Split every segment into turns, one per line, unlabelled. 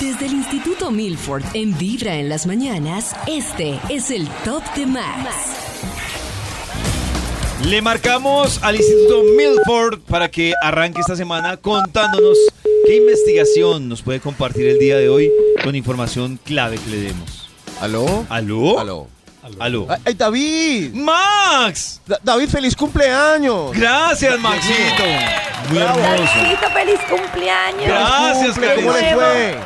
Desde el Instituto Milford en Vibra en las mañanas, este es el Top de Max.
Le marcamos al Instituto Milford para que arranque esta semana contándonos qué investigación nos puede compartir el día de hoy con información clave que le demos.
¿Aló?
¿Aló?
¿Aló?
¿Aló?
¡Ay, David!
¡Max!
Da- David, feliz cumpleaños.
Gracias, Maxito. Muy hermoso.
Maxito, feliz cumpleaños.
Gracias,
Cumple, ¿Cómo le
Catalina.
fue?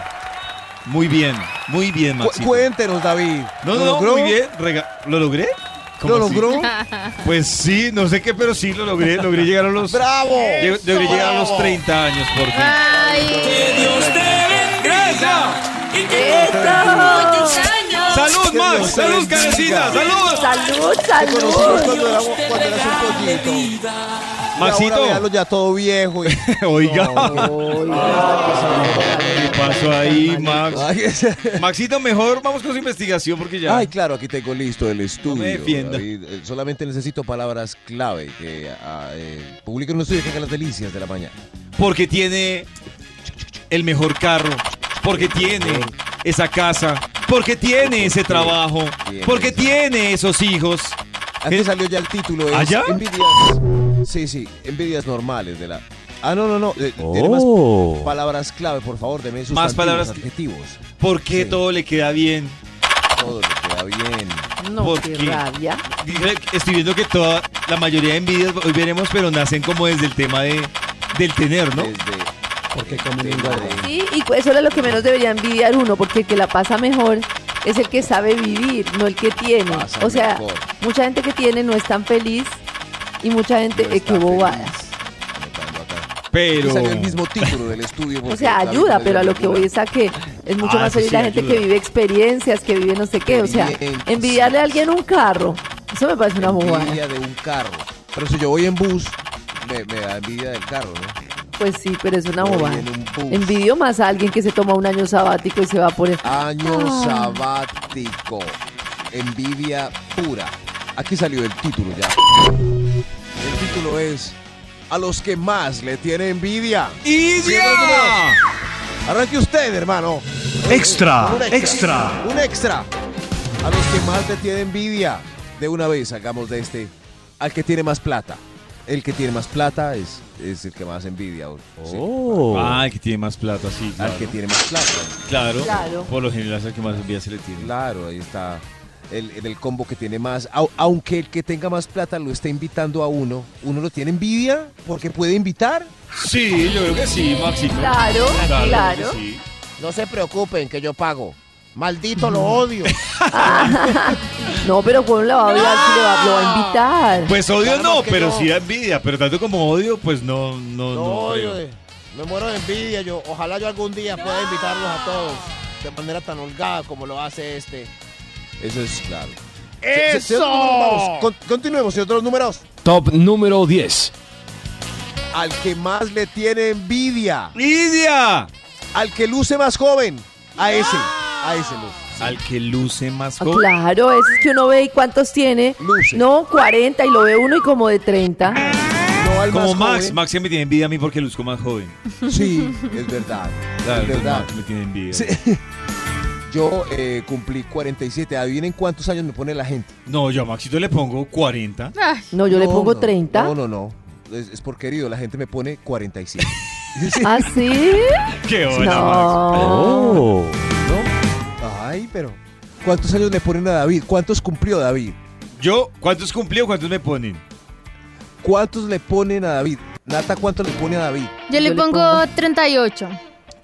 Muy bien, muy bien,
Cu-
Maxito.
cuéntenos, David.
No, no,
¿Lo
no,
logró?
muy bien. Rega- ¿Lo logré?
¿Lo
¿Cómo así?
logró?
Pues sí, no sé qué, pero sí lo logré. Logré llegar a los,
¡Bravo!
lleg- logré llegar a los 30 años por fin. ¡Salud,
Que
Max!
Dios te
¡Salud,
bendiga.
carecita! ¡Salud!
Salud,
Te conocimos
salud.
cuando, éramos- cuando eras un pollito. Y ahora véalo
Maxito,
ya todo viejo. y-
oiga,
¿Qué
¿qué pasó ahí, Max?
Ay, ese-
Maxito, mejor vamos con su investigación porque ya.
Ay, claro, aquí tengo listo el estudio.
defienda.
David. Eh, Solamente necesito palabras clave que ah, eh, publiquen un estudio que haga las delicias de la mañana.
Porque tiene el mejor carro, porque tiene esa casa, porque tiene ese trabajo, porque tiene esos hijos.
Aquí
¿Qué?
salió ya el título. Es
¿Ah, ya?
Envidias. Sí, sí, envidias normales de la. Ah, no, no, no. eh, tiene más palabras clave, por favor, deme sus
Oh. Más palabras que-
adjetivos.
¿Por qué
Sí.
todo le queda bien?
Todo le queda bien.
No,
¿Por
qué
qué?
rabia.
Dice- Estoy viendo que toda la mayoría de envidias, hoy veremos, pero nacen como desde el tema de, del tener, ¿no?
Desde
Porque
el
comen
tema
engorda.
de-
Sí, y cu- eso era lo que menos debería envidiar uno, porque el que la pasa mejor es el que sabe vivir, no el que tiene.
Pasa
o sea,
mejor.
mucha gente que tiene no es tan feliz y mucha gente
no
eh,
está
que bobada.
feliz. Anotando acá. Aquí
Pero.
salió el mismo título del estudio.
O
porque
sea,
David
ayuda,
le
pero a
dio
lo que voy es a que es mucho
Ah,
más
eso
feliz la
sí,
gente
ayuda.
que vive experiencias, que vive no sé qué. O sea,
Experiencias.
envidiarle a alguien un carro, eso me parece una bobada.
envidia de un carro. Pero si yo voy en bus, me, me da envidia del carro, ¿no?
Pues sí, pero es una
Voy
bobada.
en un bus.
Envidio más a alguien que se toma un año sabático y se va por el...
Año
Ah.
sabático. Envidia pura. Aquí salió el título ya. El título es A los que más le tiene envidia.
¡Idia!
Arranque usted, hermano.
Ah,
Extra,
Un
extra.
Un extra. A los que más le tiene envidia. De una vez hagamos de este al que tiene más plata. El que tiene más plata es, es el que más envidia. o- sí. Oh.
Ah, el que tiene más plata, sí. Claro.
Al que tiene más plata.
claro.
Claro.
Por lo general es al que más envidia se le tiene.
Claro, ahí está. El, el del combo que tiene más. Au- aunque el que tenga más plata lo esté invitando a uno, ¿uno lo tiene envidia? Porque puede invitar.
Sí, yo creo que sí, Maxito.
Claro,
creo
claro.
que sí.
No se preocupen, que yo pago. Maldito, lo odio.
No, pero ¿cómo la va a hablar si le va, lo va a invitar?
Pues odio
Claro,
no,
porque
pero
yo-
sí da envidia. Pero tanto como odio, pues no, no, no. creo.
eh, me muero de envidia. Yo, ojalá yo algún día pueda invitarlos a todos de manera tan holgada como lo hace este. Eso es claro. Se- se- señor Números, con- continuemos, señor de los números.
Top número 10.
Al que más le tiene envidia,
¡Idia!
al que luce más joven, a ese, a ese luce.
Al que luce más
Ah,
joven.
claro, ese es que uno ve y cuántos tiene.
Luce.
No, 40 y lo ve uno y como de 30.
No al
Como
más
Max.
joven.
Max que me tiene envidia a mí porque luzco más joven.
Sí, es verdad.
Claro,
es verdad.
Max me tiene envidia.
Sí. Yo eh, cumplí 47. Adivinen cuántos años me pone la gente.
No, yo a Maxito le pongo 40.
No, yo le
No,
pongo
no,
30.
No, no, no. Es, es por querido, la gente me pone 47. Sí,
¿Ah, sí?
¡Qué hola, Max!
no.
¿No? Ay, pero. ¿Cuántos años le ponen a David? ¿Cuántos cumplió David?
Yo, ¿cuántos cumplí o cuántos me ponen?
¿Cuántos le ponen a David? Nata, ¿cuánto le pone a David?
Yo le
Yo le
pongo 38.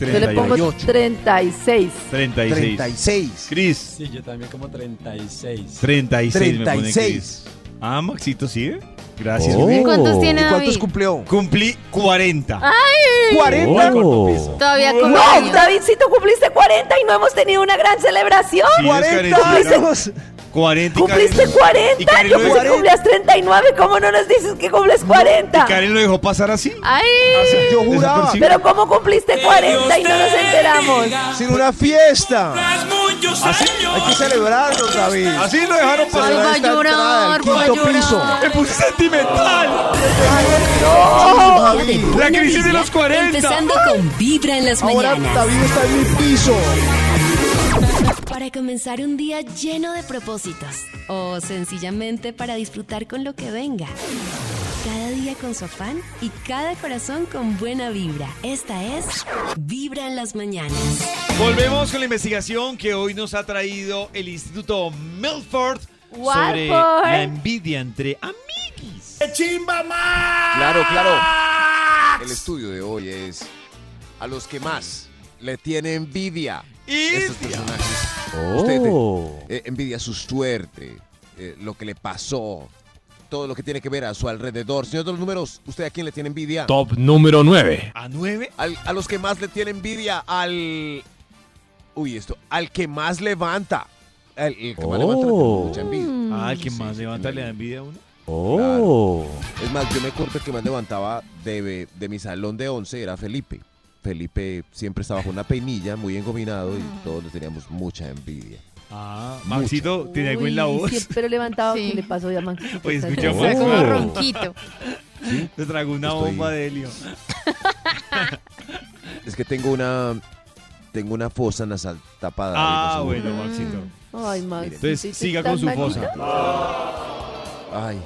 Yo le pongo
38.
36.
36.
36.
Cris,
Sí, yo también
Oh.
como 36.
36, me pone
36.
Cris. Ah, Maxito, sí. Gracias.
¿Cuántos
Oh. ¿Y
tiene
cuántos
David?
cumplió?
Cumplí 40.
40.
Todavía con
No, Davidcito, cumpliste 40 y no hemos tenido una gran celebración.
Sí, es
40
carecita.
años.
40 y Karen-
Cumpliste
y
40
Karen
años
lo
y
dejó-
cumples 39. ¿Cómo no nos dices que cumples
y
40?
Karen lo dejó pasar así.
¡Ay!
Ah,
¿Oh?
Yo juraba.
Desapercibido.
Pero ¿cómo cumpliste 40 y no nos enteramos?
Sin una fiesta. Hay que celebrarlo, David.
Así lo dejaron
Ay,
pasar.
va
esta
a
entrada,
llorar,
el
va a
quinto
llorar.
piso.
Me puse sentimental.
David.
La crisis de los 40.
Empezando con Vibra en las
Ahora
mañanas.
David está en mi piso.
Para comenzar un día lleno de propósitos o sencillamente para disfrutar con lo que venga. Cada día con su afán y cada corazón con buena vibra. Esta es Vibra en las mañanas.
Volvemos con la investigación que hoy nos ha traído el Instituto Milford sobre
Walford.
la envidia entre amiguis.
Claro, claro. El estudio de hoy es a los que más le tiene envidia. Estos personajes. Usted, eh, envidia su suerte, eh, lo que le pasó, todo lo que tiene que ver a su alrededor. Señor de los números, ¿usted a quién le tiene envidia?
Top número 9.
¿A nueve?
Al- a los que más le tiene envidia, al. Uy, esto. Al que más levanta. El, el que más levanta le tiene mucha envidia.
Ah, el que más
sí,
levanta
sí.
le da envidia a uno.
Oh. Es más, yo me acuerdo que más levantaba de, de mi salón de 11 era Felipe. Felipe siempre estaba con una peinilla, muy engominado y todos le teníamos mucha envidia.
Ah, Maxito, ¿tiene algo en la
Uy,
voz?
Siempre levantado.
Sí.
¿Qué le pasó ya, Maxito?
Oye,
Estás
escucha,
Está
Max,
como
Oh.
claro.
ronquito.
Te tragó una
Estoy-
bomba de helio.
Es que tengo una tengo una fosa nasal tapada.
Ah,
y no sé-
bueno, Maxito.
Mm.
Ay, Max.
Entonces,
¿sí te
siga
estás
con su
malita?
fosa.
Ay.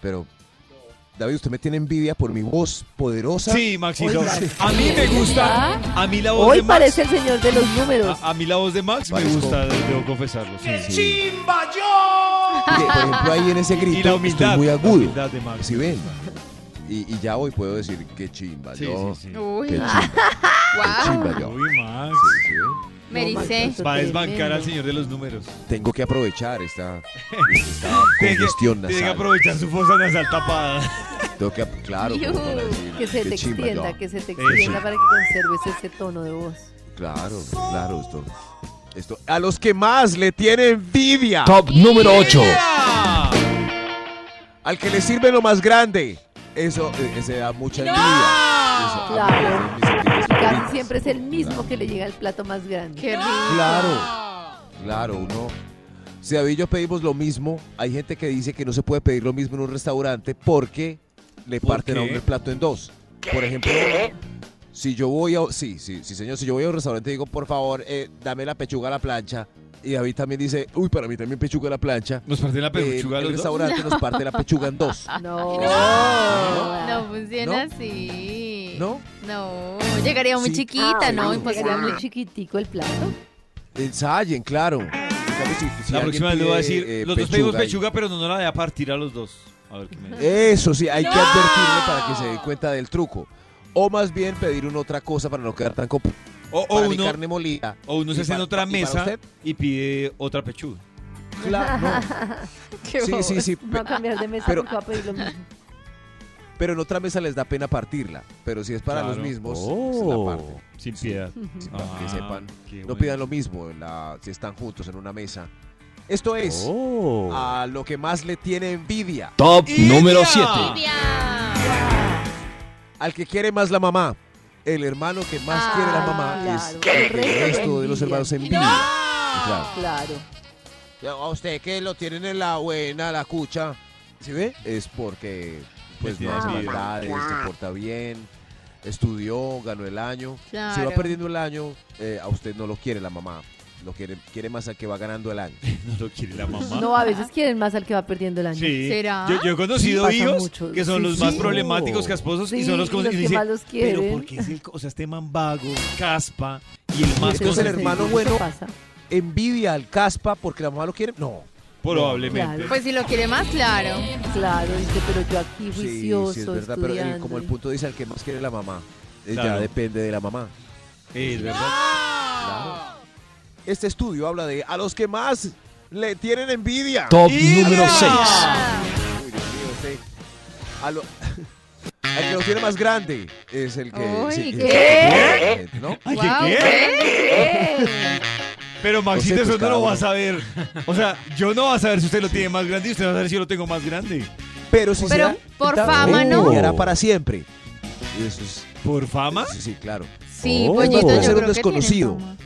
Pero David, usted me tiene envidia por mi voz poderosa.
Sí, Maxito. Ah. A mí me gusta. A mí la voz
¿Ah? Hoy
de Max.
parece el señor de los números.
Ah,
A, a mí la voz de Max me
Parezco.
gusta, de- debo confesarlo. sí, sí.
Mire, por ejemplo, ahí en ese grito
Y la humildad.
estoy muy
la
agudo.
humildad de Max.
Si ven. Y, y ya hoy puedo decir qué chimba,
Sí,
yo.
sí, sí.
Qué
Uy,
chimba, qué
wow.
chimba yo.
Uy, Max.
Sí, sí, ven.
Me ericé.
Maxito,
Va a desbancar
tremendo.
al señor de los números.
Tengo que aprovechar esta, esta
Tiene que-
congestión
Tiene que
nasal. Eh,
aprovechar su fosa nasal tapada.
Tengo que, ap- claro, como para decir,
Que se
ah, qué
te
chimba,
extienda,
ya.
que se te
Eso.
extienda para que conserves ese tono de voz.
Claro, claro, esto, esto. A los que más le tiene envidia,
Top número 8.
al que le sirve lo más grande, eso eh, se da mucha envidia. Eso, a mí
Claro.
es de mis envidias
Y
favoritas.
casi siempre es el mismo que le llega el plato más grande.
Qué rico.
Claro, claro, uno. Si David y yo pedimos lo mismo, hay gente que dice que no se puede pedir lo mismo en un restaurante porque le
¿Por
parten a
qué?
uno el plato en dos. Por ejemplo, si yo voy a. Sí, sí, sí, señor, si yo voy a un restaurante y digo, por favor, eh, dame la pechuga a la plancha. Y David también dice, uy, para mí también pechuga a la plancha.
Nos partió la
eh,
pechuga a
el
los dos.
restaurante nos parte la pechuga en dos.
No.
No funciona
¿No?
así.
¿No?
No. Llegaría muy
Sí.
chiquita,
Ah,
¿no?
bueno, Era muy
Imposible.
chiquitico el plato.
Ensayen, claro. En cambio, si- si
La
alguien
próxima le
pide,
voy a decir,
eh,
los dos pedimos
y- Eh,
pechuga, pero no nos la voy a partir a los dos. A ver qué me dice.
Eso sí, hay que advertirle para que se dé cuenta del truco. O más bien pedir una otra cosa para no quedar tan comp-
O, o
para mi
uno,
carne molida.
o uno se
¿Y
hace en
para-
otra
y para
mesa
usted?
y pide otra pechuga.
Claro,
Qué
sí,
bobo.
sí, sí.
No a cambiar de mesa
Pero-
porque va a pedir lo mismo.
Pero en otra mesa les da pena partirla. Pero si es para
Claro.
los mismos, se la parte.
Sin piedad.
Sí, para que
Ah,
sepan.
qué
No
bueno.
pidan lo mismo en la- si están juntos en una mesa. Esto es
Oh.
a lo que más le tiene envidia.
Top número 7.
Al que quiere más la mamá. El hermano que más
Ah,
quiere la mamá es
claro.
el que
¿Qué?
el resto de los
Envidia.
hermanos envidia. Claro.
Claro.
Ya, A usted que lo tienen en la buena, la cucha. ¿Sí ve? Es porque pues
Le
no
tiene
hace
envidia.
maldades, se porta bien, estudió, ganó el año. Si va
Claro.
perdiendo el año, eh, a usted no lo quiere la mamá. Lo quiere, quiere más al que va ganando el año.
No lo quiere la mamá.
No, a veces quieren más al que va perdiendo el año.
Ah. Sí.
¿Será?
Yo, yo he conocido
Sí, pasa
hijos
mucho.
que son
Sí,
los
sí.
más problemáticos que esposos y
Sí,
son los,
y los que
dicen,
más los
Pero
quieren".
¿por qué es el, o sea, este man vago, caspa y
Este
el más
Entonces, el
consentido"?
hermano
¿Qué
bueno-
pasa?
¿Envidia al caspa porque la mamá lo quiere? No.
Probablemente.
Pues si lo quiere más, claro.
Claro, dice, pero yo
Sí,
aquí juicioso,
sí, es verdad, pero el-
estudiando.
como el punto dice, al que más quiere la mamá. Eh, Ya
Claro.
depende de la mamá.
Es verdad.
Este estudio habla de a los que más le tienen envidia.
Top número 6.
Uy, Dios mío, este- a lo- el que lo tiene más grande es el que.
Uy,
sí,
¿qué?
el que- ¿no?
Ay,
Guau,
¿qué, qué?
¿qué?
Pero Maxito,
No sé,
eso
pues,
no
cada
lo va a
uno.
saber. O sea, yo no voy a saber si usted lo tiene más grande y usted va a saber si yo lo tengo más grande.
Pero si
Pero
será,
por
tal-
fama, ¿no?
brillará para siempre. Y eso es.
¿Por fama?
Sí, sí, claro.
Sí,
Oh.
pollito,
Puede
yo
ser un
creo que tienen
desconocido.
fama.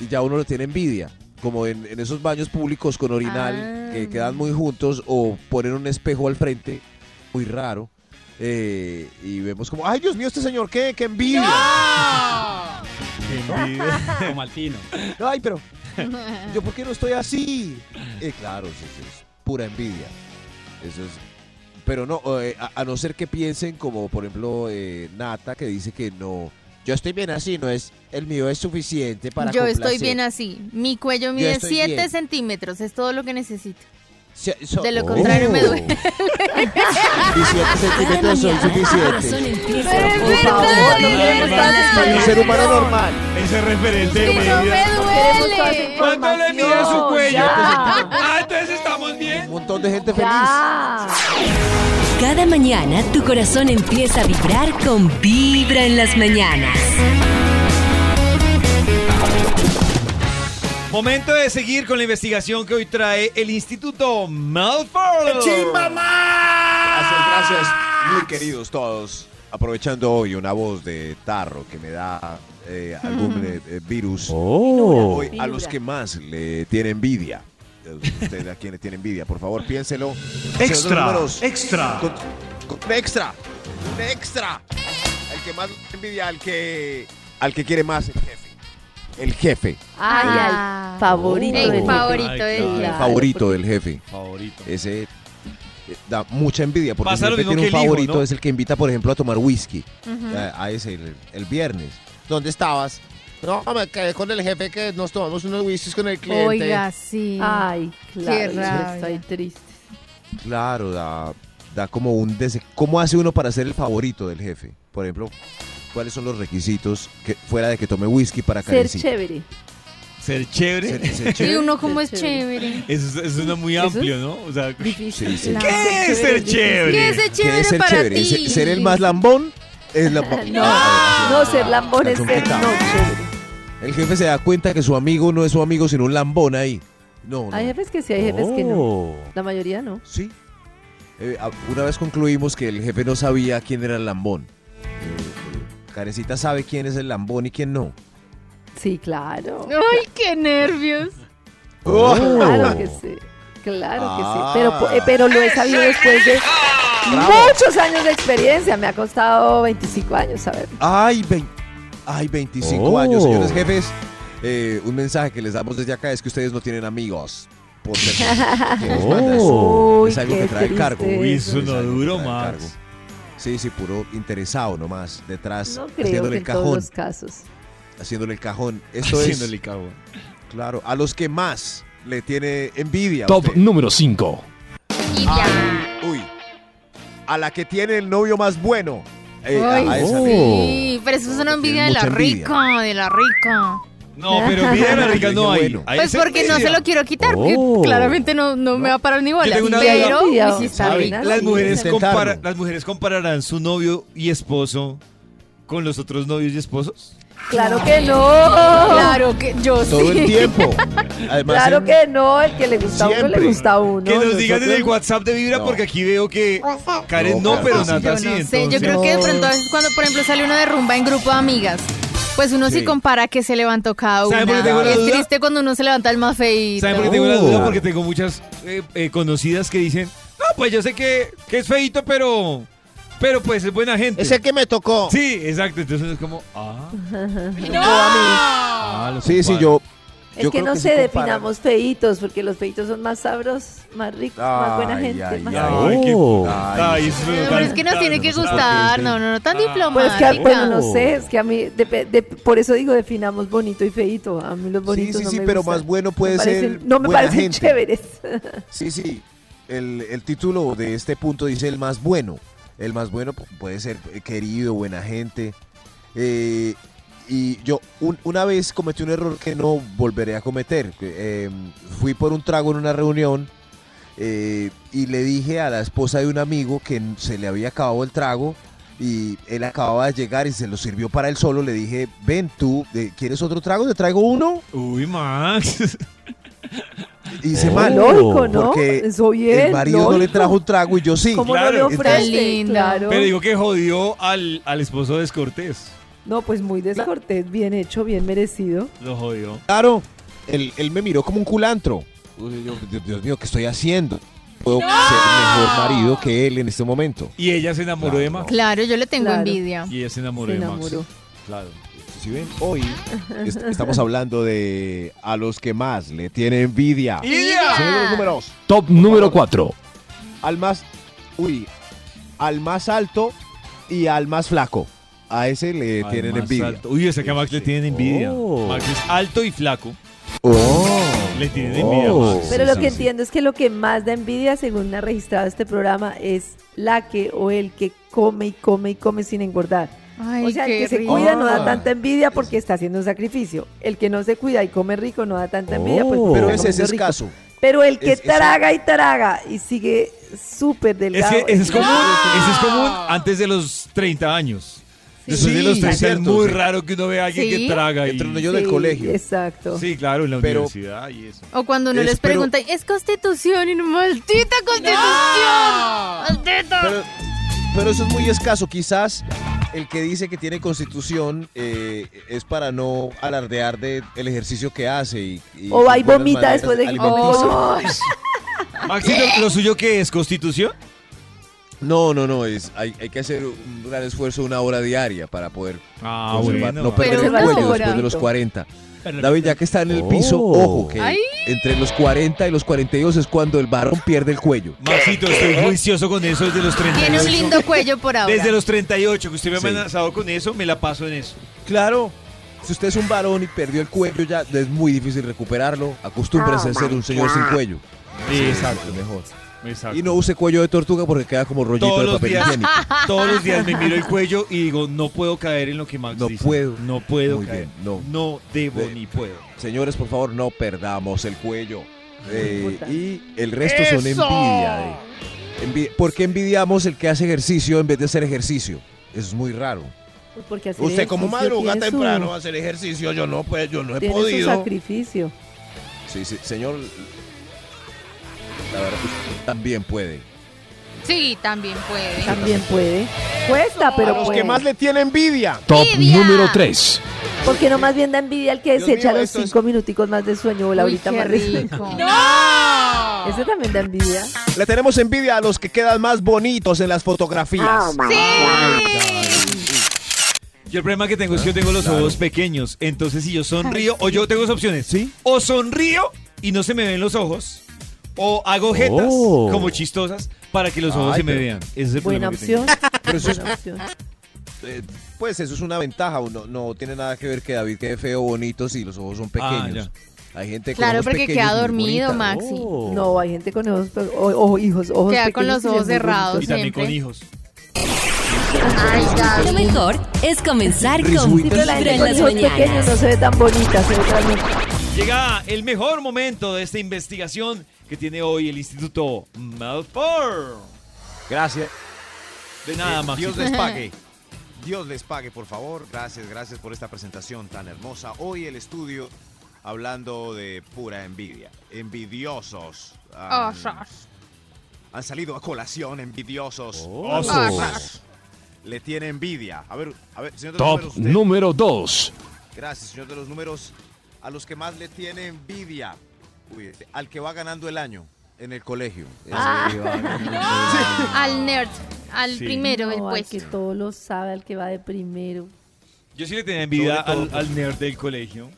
Y ya uno le tiene envidia. Como en, en esos baños públicos con orinal
Ah.
que quedan muy juntos o ponen un espejo al frente, muy raro. eh, y vemos como, ay Dios mío, este señor, qué, qué envidia.
Como al Tino.
Ay, pero yo por qué no estoy así. Ah. Eh, claro, sí, sí, es pura envidia. Eso es. Pero no, eh, a, a no ser que piensen como por ejemplo eh, Nata que dice que no, yo estoy bien así, no es el mío es suficiente para
Yo estoy
complacer.
bien así. Mi cuello mide
estoy
7
bien.
centímetros, es todo lo que necesito.
Se- so-
De lo contrario me duele.
17 oh. centímetros son suficientes.
Por favor, no queremos tantas
Soy un ser humano normal.
Ese referente.
Que no me duele.
¿Cuánto Pues le mide su cuello? Ah, entonces estamos
Un
bien.
montón de gente feliz.
Ya.
Cada mañana tu corazón empieza a vibrar con Vibra en las mañanas.
Momento de seguir con la investigación que hoy trae el Instituto Malfoy.
Gracias, gracias, muy queridos todos. Aprovechando hoy una voz de tarro que me da eh, algún
Mm.
eh, eh, virus.
Oh.
Hoy, a los que más le tiene envidia. Usted a quien le tiene envidia, por favor, piénselo. Extra, extra. extra, un extra. El que más le envidia, al que, al que quiere más, el jefe. El jefe,
Ay,
Ah.
al favorito.
El
del-
favorito
Ay,
del
el
claro.
favorito del jefe.
Favorito.
Ese eh, da mucha envidia porque
Pasa lo
siempre
mismo
tiene un
que el hijo,
favorito,
¿no?
es el que invita, por ejemplo, a tomar whisky. eh, a, a ese el, el viernes.
¿Dónde estabas? No, me quedé con el jefe que nos tomamos unos whiskies con el cliente.
Oiga, sí.
Ay, claro.
Qué
yo
rabia.
Estoy triste.
Claro, da, da como un dese- ¿Cómo hace uno para ser el favorito del jefe? Por ejemplo, ¿cuáles son los requisitos que, fuera de que tome whisky para
Ser
Karencita?
chévere.
Ser chévere.
Ser- ser
Y
chévere.
uno como
Qué
es chévere.
Eso, es- eso es muy
Eso
amplio, ¿no? O sea, ¿qué
Sí,
Difícil.
sí.
claro.
es ser
¿Qué es
chévere?
ser
¿Qué
chévere
es ser
para
chévere?
ti?
¿Ser, ser el más lambón? Es la-
No,
Ah,
no ser lambón es
Está
ser no
complicado.
chévere.
El jefe se da cuenta que su amigo no es su amigo, sino un lambón ahí. No, Oh. no.
Hay jefes que sí, hay jefes que no. La mayoría no.
Sí. Eh, a- una vez concluimos que el jefe no sabía quién era el lambón. Eh, eh, Karencita sabe quién es el lambón y quién no.
Sí, claro.
Ay, qué nervios.
Claro que sí. Claro
Oh. Ah.
que sí. Pero, eh, pero lo he sabido después de
Bravo.
muchos años de experiencia. Me ha costado 25 años saber.
Ay, vein- ay 25
Oh.
años, señores jefes. Eh, un mensaje que les damos desde acá es que ustedes no tienen amigos. Por ser jefes. Que les
Oh.
manda eso.
Uy,
Oh, es algo
qué
que trae el cargo.
triste
Uy, eso no
Es algo que
duro,
trae el
Max.
cargo. Sí, sí, puro interesado nomás, detrás,
No creo que
haciéndole
en
el cajón,
todos los casos.
haciéndole el cajón. Esto es,
Haciéndole cago.
claro, a los que más le tiene envidia. a
Top
usted. Ah,
número 5.
Y ya.
Uy, a la que tiene el novio más bueno. Eh, a- a
Ay,
esa
sí.
le-
Sí, pero eso es una
Tienen
envidia de la
mucha envidia.
rica, de la rica.
No, pero mira, la rica no hay.
Bueno.
Ahí
Pues
es
porque no se
envidia.
lo quiero quitar,
Oh.
porque claramente no, no me va a parar ni bola.
tengo una
Pero,
duda.
uy, sí está
¿Saben?
rica.
Las
Sí,
mujeres,
intentaron.
compara- las mujeres compararán su novio y esposo con los otros novios y esposos.
Claro que no. Oh.
Claro que yo
Todo el
sí.
tiempo. Además,
Claro
en-
que no. El que le gusta a uno, le
Siempre.
gusta a uno.
que nos digan en el
Nosotros-
WhatsApp de Vibra,
No.
porque aquí veo que Karen no,
No,
pero
Karen,
Nata
Yo
sí.
no sé, yo
entonces-
creo que de pronto a veces cuando, por ejemplo, sale uno de rumba en grupo de amigas, pues uno sí,
Sí.
compara que se levantó cada una.
¿Saben por qué tengo
Y
la
es
duda?
triste cuando uno se levanta el más feíto.
¿Saben por qué tengo la duda? Porque tengo muchas eh, eh, conocidas que dicen, no, pues yo sé que, que es feito, pero, pero pues es buena gente.
Ese que me tocó.
Sí, exacto. Entonces es como, ah, ah, lo
Sí, sí,
comparo.
yo.
Es
yo
que
creo
no se
sí comparan.
definamos feitos, porque los feitos son más sabrosos, más ricos, más buena
Ay,
gente.
ay,
más-
ay.
Ay, qué-
Ay,
Ay, eso
Pero
tan-
es que nos
tan-
tiene que
tan-
gustar, no, no, no, tan
Ah.
Pues que,
diplomática.
bueno, no sé, es que a mí, depe- de- por eso digo, definamos bonito y feito. A mí los
Sí,
bonitos
sí,
no
sí,
me
pero
gustan.
más bueno
Me
puede
parecen-
ser.
no me
buena
parecen
gente.
chéveres.
Sí, sí. El, el título de este punto dice el más bueno. El más bueno pu- puede ser eh, querido, buena gente. Eh, y yo un- una vez cometí un error que no volveré a cometer. Eh, fui por un trago en una reunión eh, y le dije a la esposa de un amigo que n- se le había acabado el trago y él acababa de llegar y se lo sirvió para él solo. Le dije, ven tú, eh, ¿quieres otro trago? ¿Te traigo uno?
Uy, Max.
Y hice mal.
Oh, Lógico, ¿no?
Porque
Eso bien,
el marido no le
lógico.
trajo un trago y yo sí.
¿Cómo
claro,
no le ofrece?
entonces-
lindo.
Claro.
Pero digo que jodió al, al esposo de Escortés.
No, pues muy descortés, bien hecho, bien merecido.
Lo jodió.
Claro, él, él me miró como un culantro. Uy, yo, Dios- Dios mío, ¿qué estoy haciendo? Puedo ser mejor marido que él en este momento.
Y ella se enamoró de Max.
Claro, yo le tengo
Claro.
envidia.
Y ella se enamoró
Se
de
enamoró.
Max. Claro.
¿Sí ven? Hoy est- estamos hablando de a los que más le tiene envidia.
¡Idia!
Señor de los números.
Top número 4.
Al más. Uy. Al más alto y al más flaco. A ese le
Al
tienen
más
envidia.
alto. Uy, o sea que a Max le tienen envidia. Max es alto y flaco.
Oh.
Le tienen envidia a Max.
Pero
Sí,
lo
sí,
que
sí.
entiendo es que lo que más da envidia, según ha registrado este programa, es la que o el que come y come y come sin engordar.
Ay,
o sea, el
qué
que se
rico.
cuida no da
Ah.
tanta envidia porque está haciendo un sacrificio. El que no se cuida y come rico no da tanta envidia. pues,
Oh.
porque
Pero
está
ese es
comiendo rico.
escaso.
Pero el que
Es- ese-
traga y traga y sigue súper
Es
delgado.
que ese es común, ese es común antes de los 30 años. Después de los
Sí,
30
es
es
cierto,
muy
sí.
raro que uno vea a alguien
Sí.
que traga.
Entre uno
Y...
y yo del
Sí,
colegio.
Exacto.
Sí, claro, en la
Pero-
universidad y eso.
O cuando uno
Es,
les
pero-
pregunta, es constitución y no, maldita constitución. Maldita.
Pero, pero eso es muy escaso. Quizás el que dice que tiene constitución eh, es para no alardear del ejercicio que hace. Y, y-
O va y
buenas
vomita
maneras
después de que-
alimenticias.
Oh.
Maxito, ¿lo suyo qué es? ¿Constitución?
No, no, no. Es, hay, hay que hacer un gran esfuerzo, una hora diaria para poder
Ah,
conservar, no
Max.
perder
Pero
el
una
cuello
hora.
después de los 40. David, ya que está en el piso, ojo que
Ay.
entre los 40 y los 42 es cuando el varón pierde el cuello.
Maxito, estoy juicioso con eso desde los 38.
Tiene un lindo cuello por ahora.
Desde los 38, que usted me ha
Sí.
amenazado con eso, me la paso en eso.
Claro. Si usted es un varón y perdió el cuello ya es muy difícil recuperarlo. Acostúmbrese a ser un señor sin cuello.
exacto.
Mejor.
Exacto.
Y no use cuello de tortuga porque queda como rollito
Todos
de
los
papel
días.
higiénico.
Todos los días me miro el cuello y digo, no puedo caer en lo que Max
No
dice.
puedo.
No puedo
Muy
caer.
bien, no.
debo
Eh,
ni puedo.
Señores, por favor, no perdamos el cuello. Eh,
Importante.
y el resto son envidia. de- envi- ¿Por qué envidiamos el que hace ejercicio en vez de hacer ejercicio? Eso es muy raro.
Porque hacer
Usted como
ejercicio
madruga
tiene su-
temprano a hacer ejercicio, yo no, pues yo no he
tiene su
podido.
sacrificio.
Sí, sí, señor. La verdad, usted también puede.
Sí, también puede.
También puede. Cuesta, pero
a los
puede.
que más le tiene envidia.
Top
Envidia.
número 3.
Porque no más bien da envidia al que
Dios
se echa
mío,
los
esto es-
cinco minuticos más de sueño o la
Uy,
horita
qué
más de sueño.
rico.
Ese también da envidia.
Le tenemos envidia a los que quedan más bonitos en las
Ah,
fotografías.
Yo el problema que tengo es que yo tengo los ojos pequeños. Entonces, si yo sonrío, o yo tengo dos opciones. ¿Sí? O sonrío y no se me ven los ojos. O hago jetas
Oh.
como chistosas para que los ojos
Ay,
se me
pero-
vean. Ese es el
Buena
problema que tengo.
opción.
Pero eso es-
Buena opción.
eh, pues eso es una ventaja. No, no tiene nada que ver que David quede feo, bonito, si los ojos son
Ah,
pequeños. Hay gente con
Claro,
ojos
porque
pequeños
queda
muy
dormido,
bonita.
Maxi.
Oh.
No, hay gente con ojos, pe- o- o- hijos, ojos
Queda con
pequeños
los
y se
ojos
ven muy
cerrados.
bonitos.
Y también con
Siempre.
hijos.
Lo mejor es comenzar con
Sí, pero la
Vibra
gente
en
con
las
hijos pequeños
mañanas.
no se ve tan bonita, se ve tan
Llega el mejor momento de esta investigación que tiene hoy el Instituto Malfour.
Gracias.
De nada,
Eh,
Max.
Dios les pague. Dios les pague, por favor. Gracias, gracias por esta presentación tan hermosa. Hoy el estudio hablando de pura envidia. Envidiosos.
Oh,
Han,
sos.
han salido a colación envidiosos.
Osos.
Le tiene envidia. A ver, a ver, señor de los
Top
números, usted.
número 2.
Gracias, señor de los números. A los que más le tiene envidia. Uy, este, al que va ganando el año en el colegio. Ese va ganando el año.
Al nerd, al
Sí.
primero, el
No, al que
puesto.
todo lo sabe, al que va de primero.
Yo sí le tenía envidia
Sobre
al,
todo.
al nerd del colegio.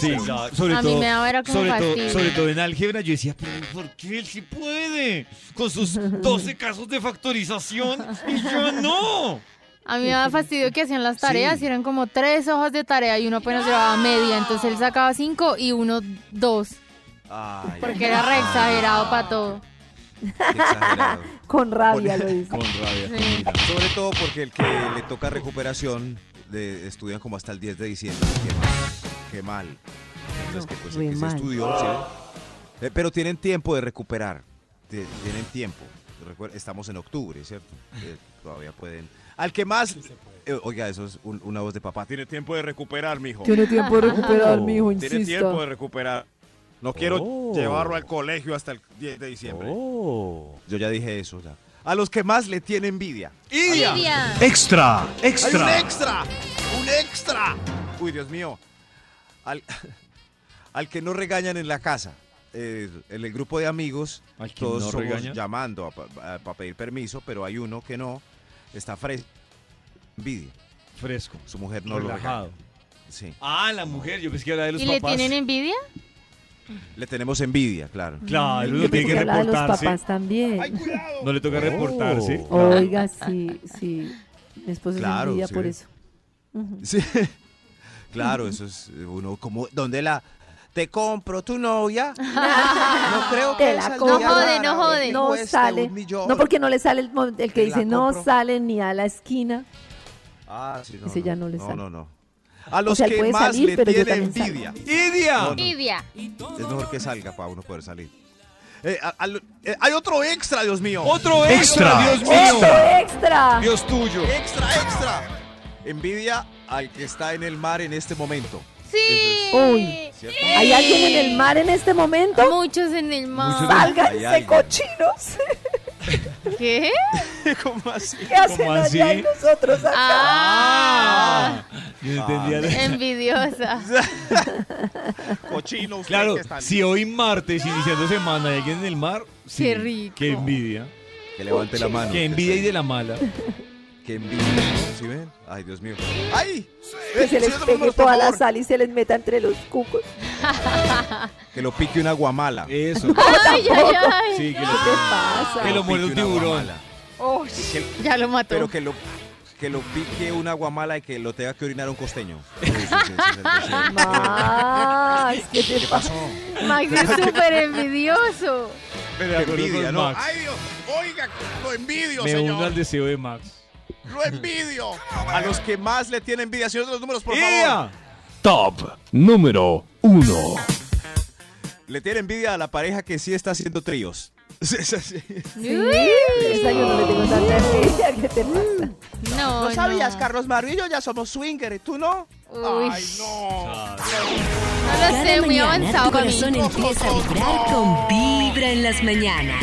Sí, claro, sobre
A mí
todo,
me daba era como
sobre, todo,
fastidio.
sobre todo en álgebra yo decía, pero ¿por qué él sí puede? Con sus 12 casos de factorización y yo no.
A mí me daba fastidio que hacían las tareas y eran como tres hojas de tarea y uno apenas llevaba media. Entonces él sacaba cinco y uno dos.
Ay,
Porque era re exagerado para todo.
qué exagerado.
Con rabia lo dice.
Con rabia. con
Sí.
ira.
Sobre todo porque el que le toca recuperación de, estudian como hasta el 10 de diciembre. Qué mal. Qué mal. Mientras
No,
que, pues,
re
el que se
mal.
estudió, ¿sí? Eh, pero tienen tiempo de recuperar. Te- tienen tiempo.
recuer- estamos en octubre, ¿cierto? Eh, todavía pueden. Al que más. eh, oiga, eso es un- una voz de papá. Tiene tiempo de recuperar, mijo.
Tiene tiempo de recuperar, mi hijo,
Tiene tiempo de
insisto.
recuperar. No quiero
Oh.
llevarlo al colegio hasta el 10 de diciembre. Yo ya dije eso, ya. A los que más le tiene envidia.
Lidia.
Extra,
¡Hay un
extra.
extra! ¡Un extra! Uy, Dios mío. Al, al que no regañan en la casa. Eh, en el grupo de amigos,
Al que
todos
no
somos
regañan.
llamando para pedir permiso, pero hay uno que no. Está fresco. Envidia.
Fresco.
Su mujer no
relajado.
lo regaña. Sí.
Ah, la mujer, yo pensé que era de los
¿Y le
papás.
tienen envidia?
Le tenemos envidia, claro.
Claro,
Ay,
uno
que
tiene que
les habla a los
reportarse.
papás también.
No le toca reportarse.
Oiga, sí, sí. Mi esposo
Claro,
es envidia
sí.
por eso. Ujú.
Sí. Claro, eso es eh, uno como donde la te compro tu novia. No creo
Te
que
la
esa
compro.
novia
No jode,
rara
no jode.
te
No
cueste
sale.
un millón.
No, porque no le sale el, mo- el que
Te la
dice no
compro.
sale ni a la esquina.
Ah, sí, no,
Ese ya no le sale.
No, no, no. A los
sea, él
que
puede
más
salir,
le
pero yo
tiene
también salgo.
envidia.
¡Idia!
Envidia.
Es mejor que salga para uno poder salir. Eh, a- a lo- eh, hay otro extra, Dios mío.
¡Otro extra!
Extra.
Dios mío!
¡Otro extra!
Dios tuyo. Extra, extra. Envidia al que está en el mar en este momento.
Sí.
Uy.
¿Cierto?
¿Hay alguien en el mar en este momento?
Muchos en el mar.
Hay
¡Sálganse
alguien.
cochinos!
¿Qué?
¿Cómo Eh, así?
¿Qué hacen
¿Cómo así?
allá y nosotros acá?
Ah.
Yo entendía de-
Envidiosa.
Cochino, usted
Claro,
que está-
si hoy martes, iniciando semana, hay alguien en el mar, sí,
Qué rico.
Qué envidia.
Que levante la mano.
Ah, Qué envidia y de la mala.
Que envidia. ¿Sí ven? Ay, Dios mío. ¡Ay!
Que se les
Siete
pegue
números, por
toda la
favor.
sal y se les meta entre los cucos.
Que lo pique una guamala.
Eso.
Ay, ay, ay.
Sí, que
¿Qué te
lo,
pasa?
Eh, que lo muerde un
pique una
tiburón.
guamala.
Uy, ya lo mató.
Pero que lo, que lo pique una guamala y que lo tenga que orinar un costeño. Uy, sí, sí, ese es el deseo.
Más, ¿qué te
¿Qué
pasa?
pasó?
Max es súper envidioso.
Pero
Qué envidia, ¿no?
Max.
Dios! Oiga, lo envidio,
Me uno al deseo de Max.
Lo envidio.
A los que más le tienen envidia, señor de los números, por favor.
¡Ea!
Top número uno.
Le tiene envidia a la pareja que sí está haciendo tríos. Sí, sí, sí.
Esa yo no le tengo tanta envidia. ¿Qué te pasa?
No, no.
Carlos Marillo, ya somos swinger, ¿tú no?
Uy.
Claro.
No lo sé,
Cada
muy
mañana tu
avanzado para mí.
corazón empieza a vibrar con Vibra en las mañanas.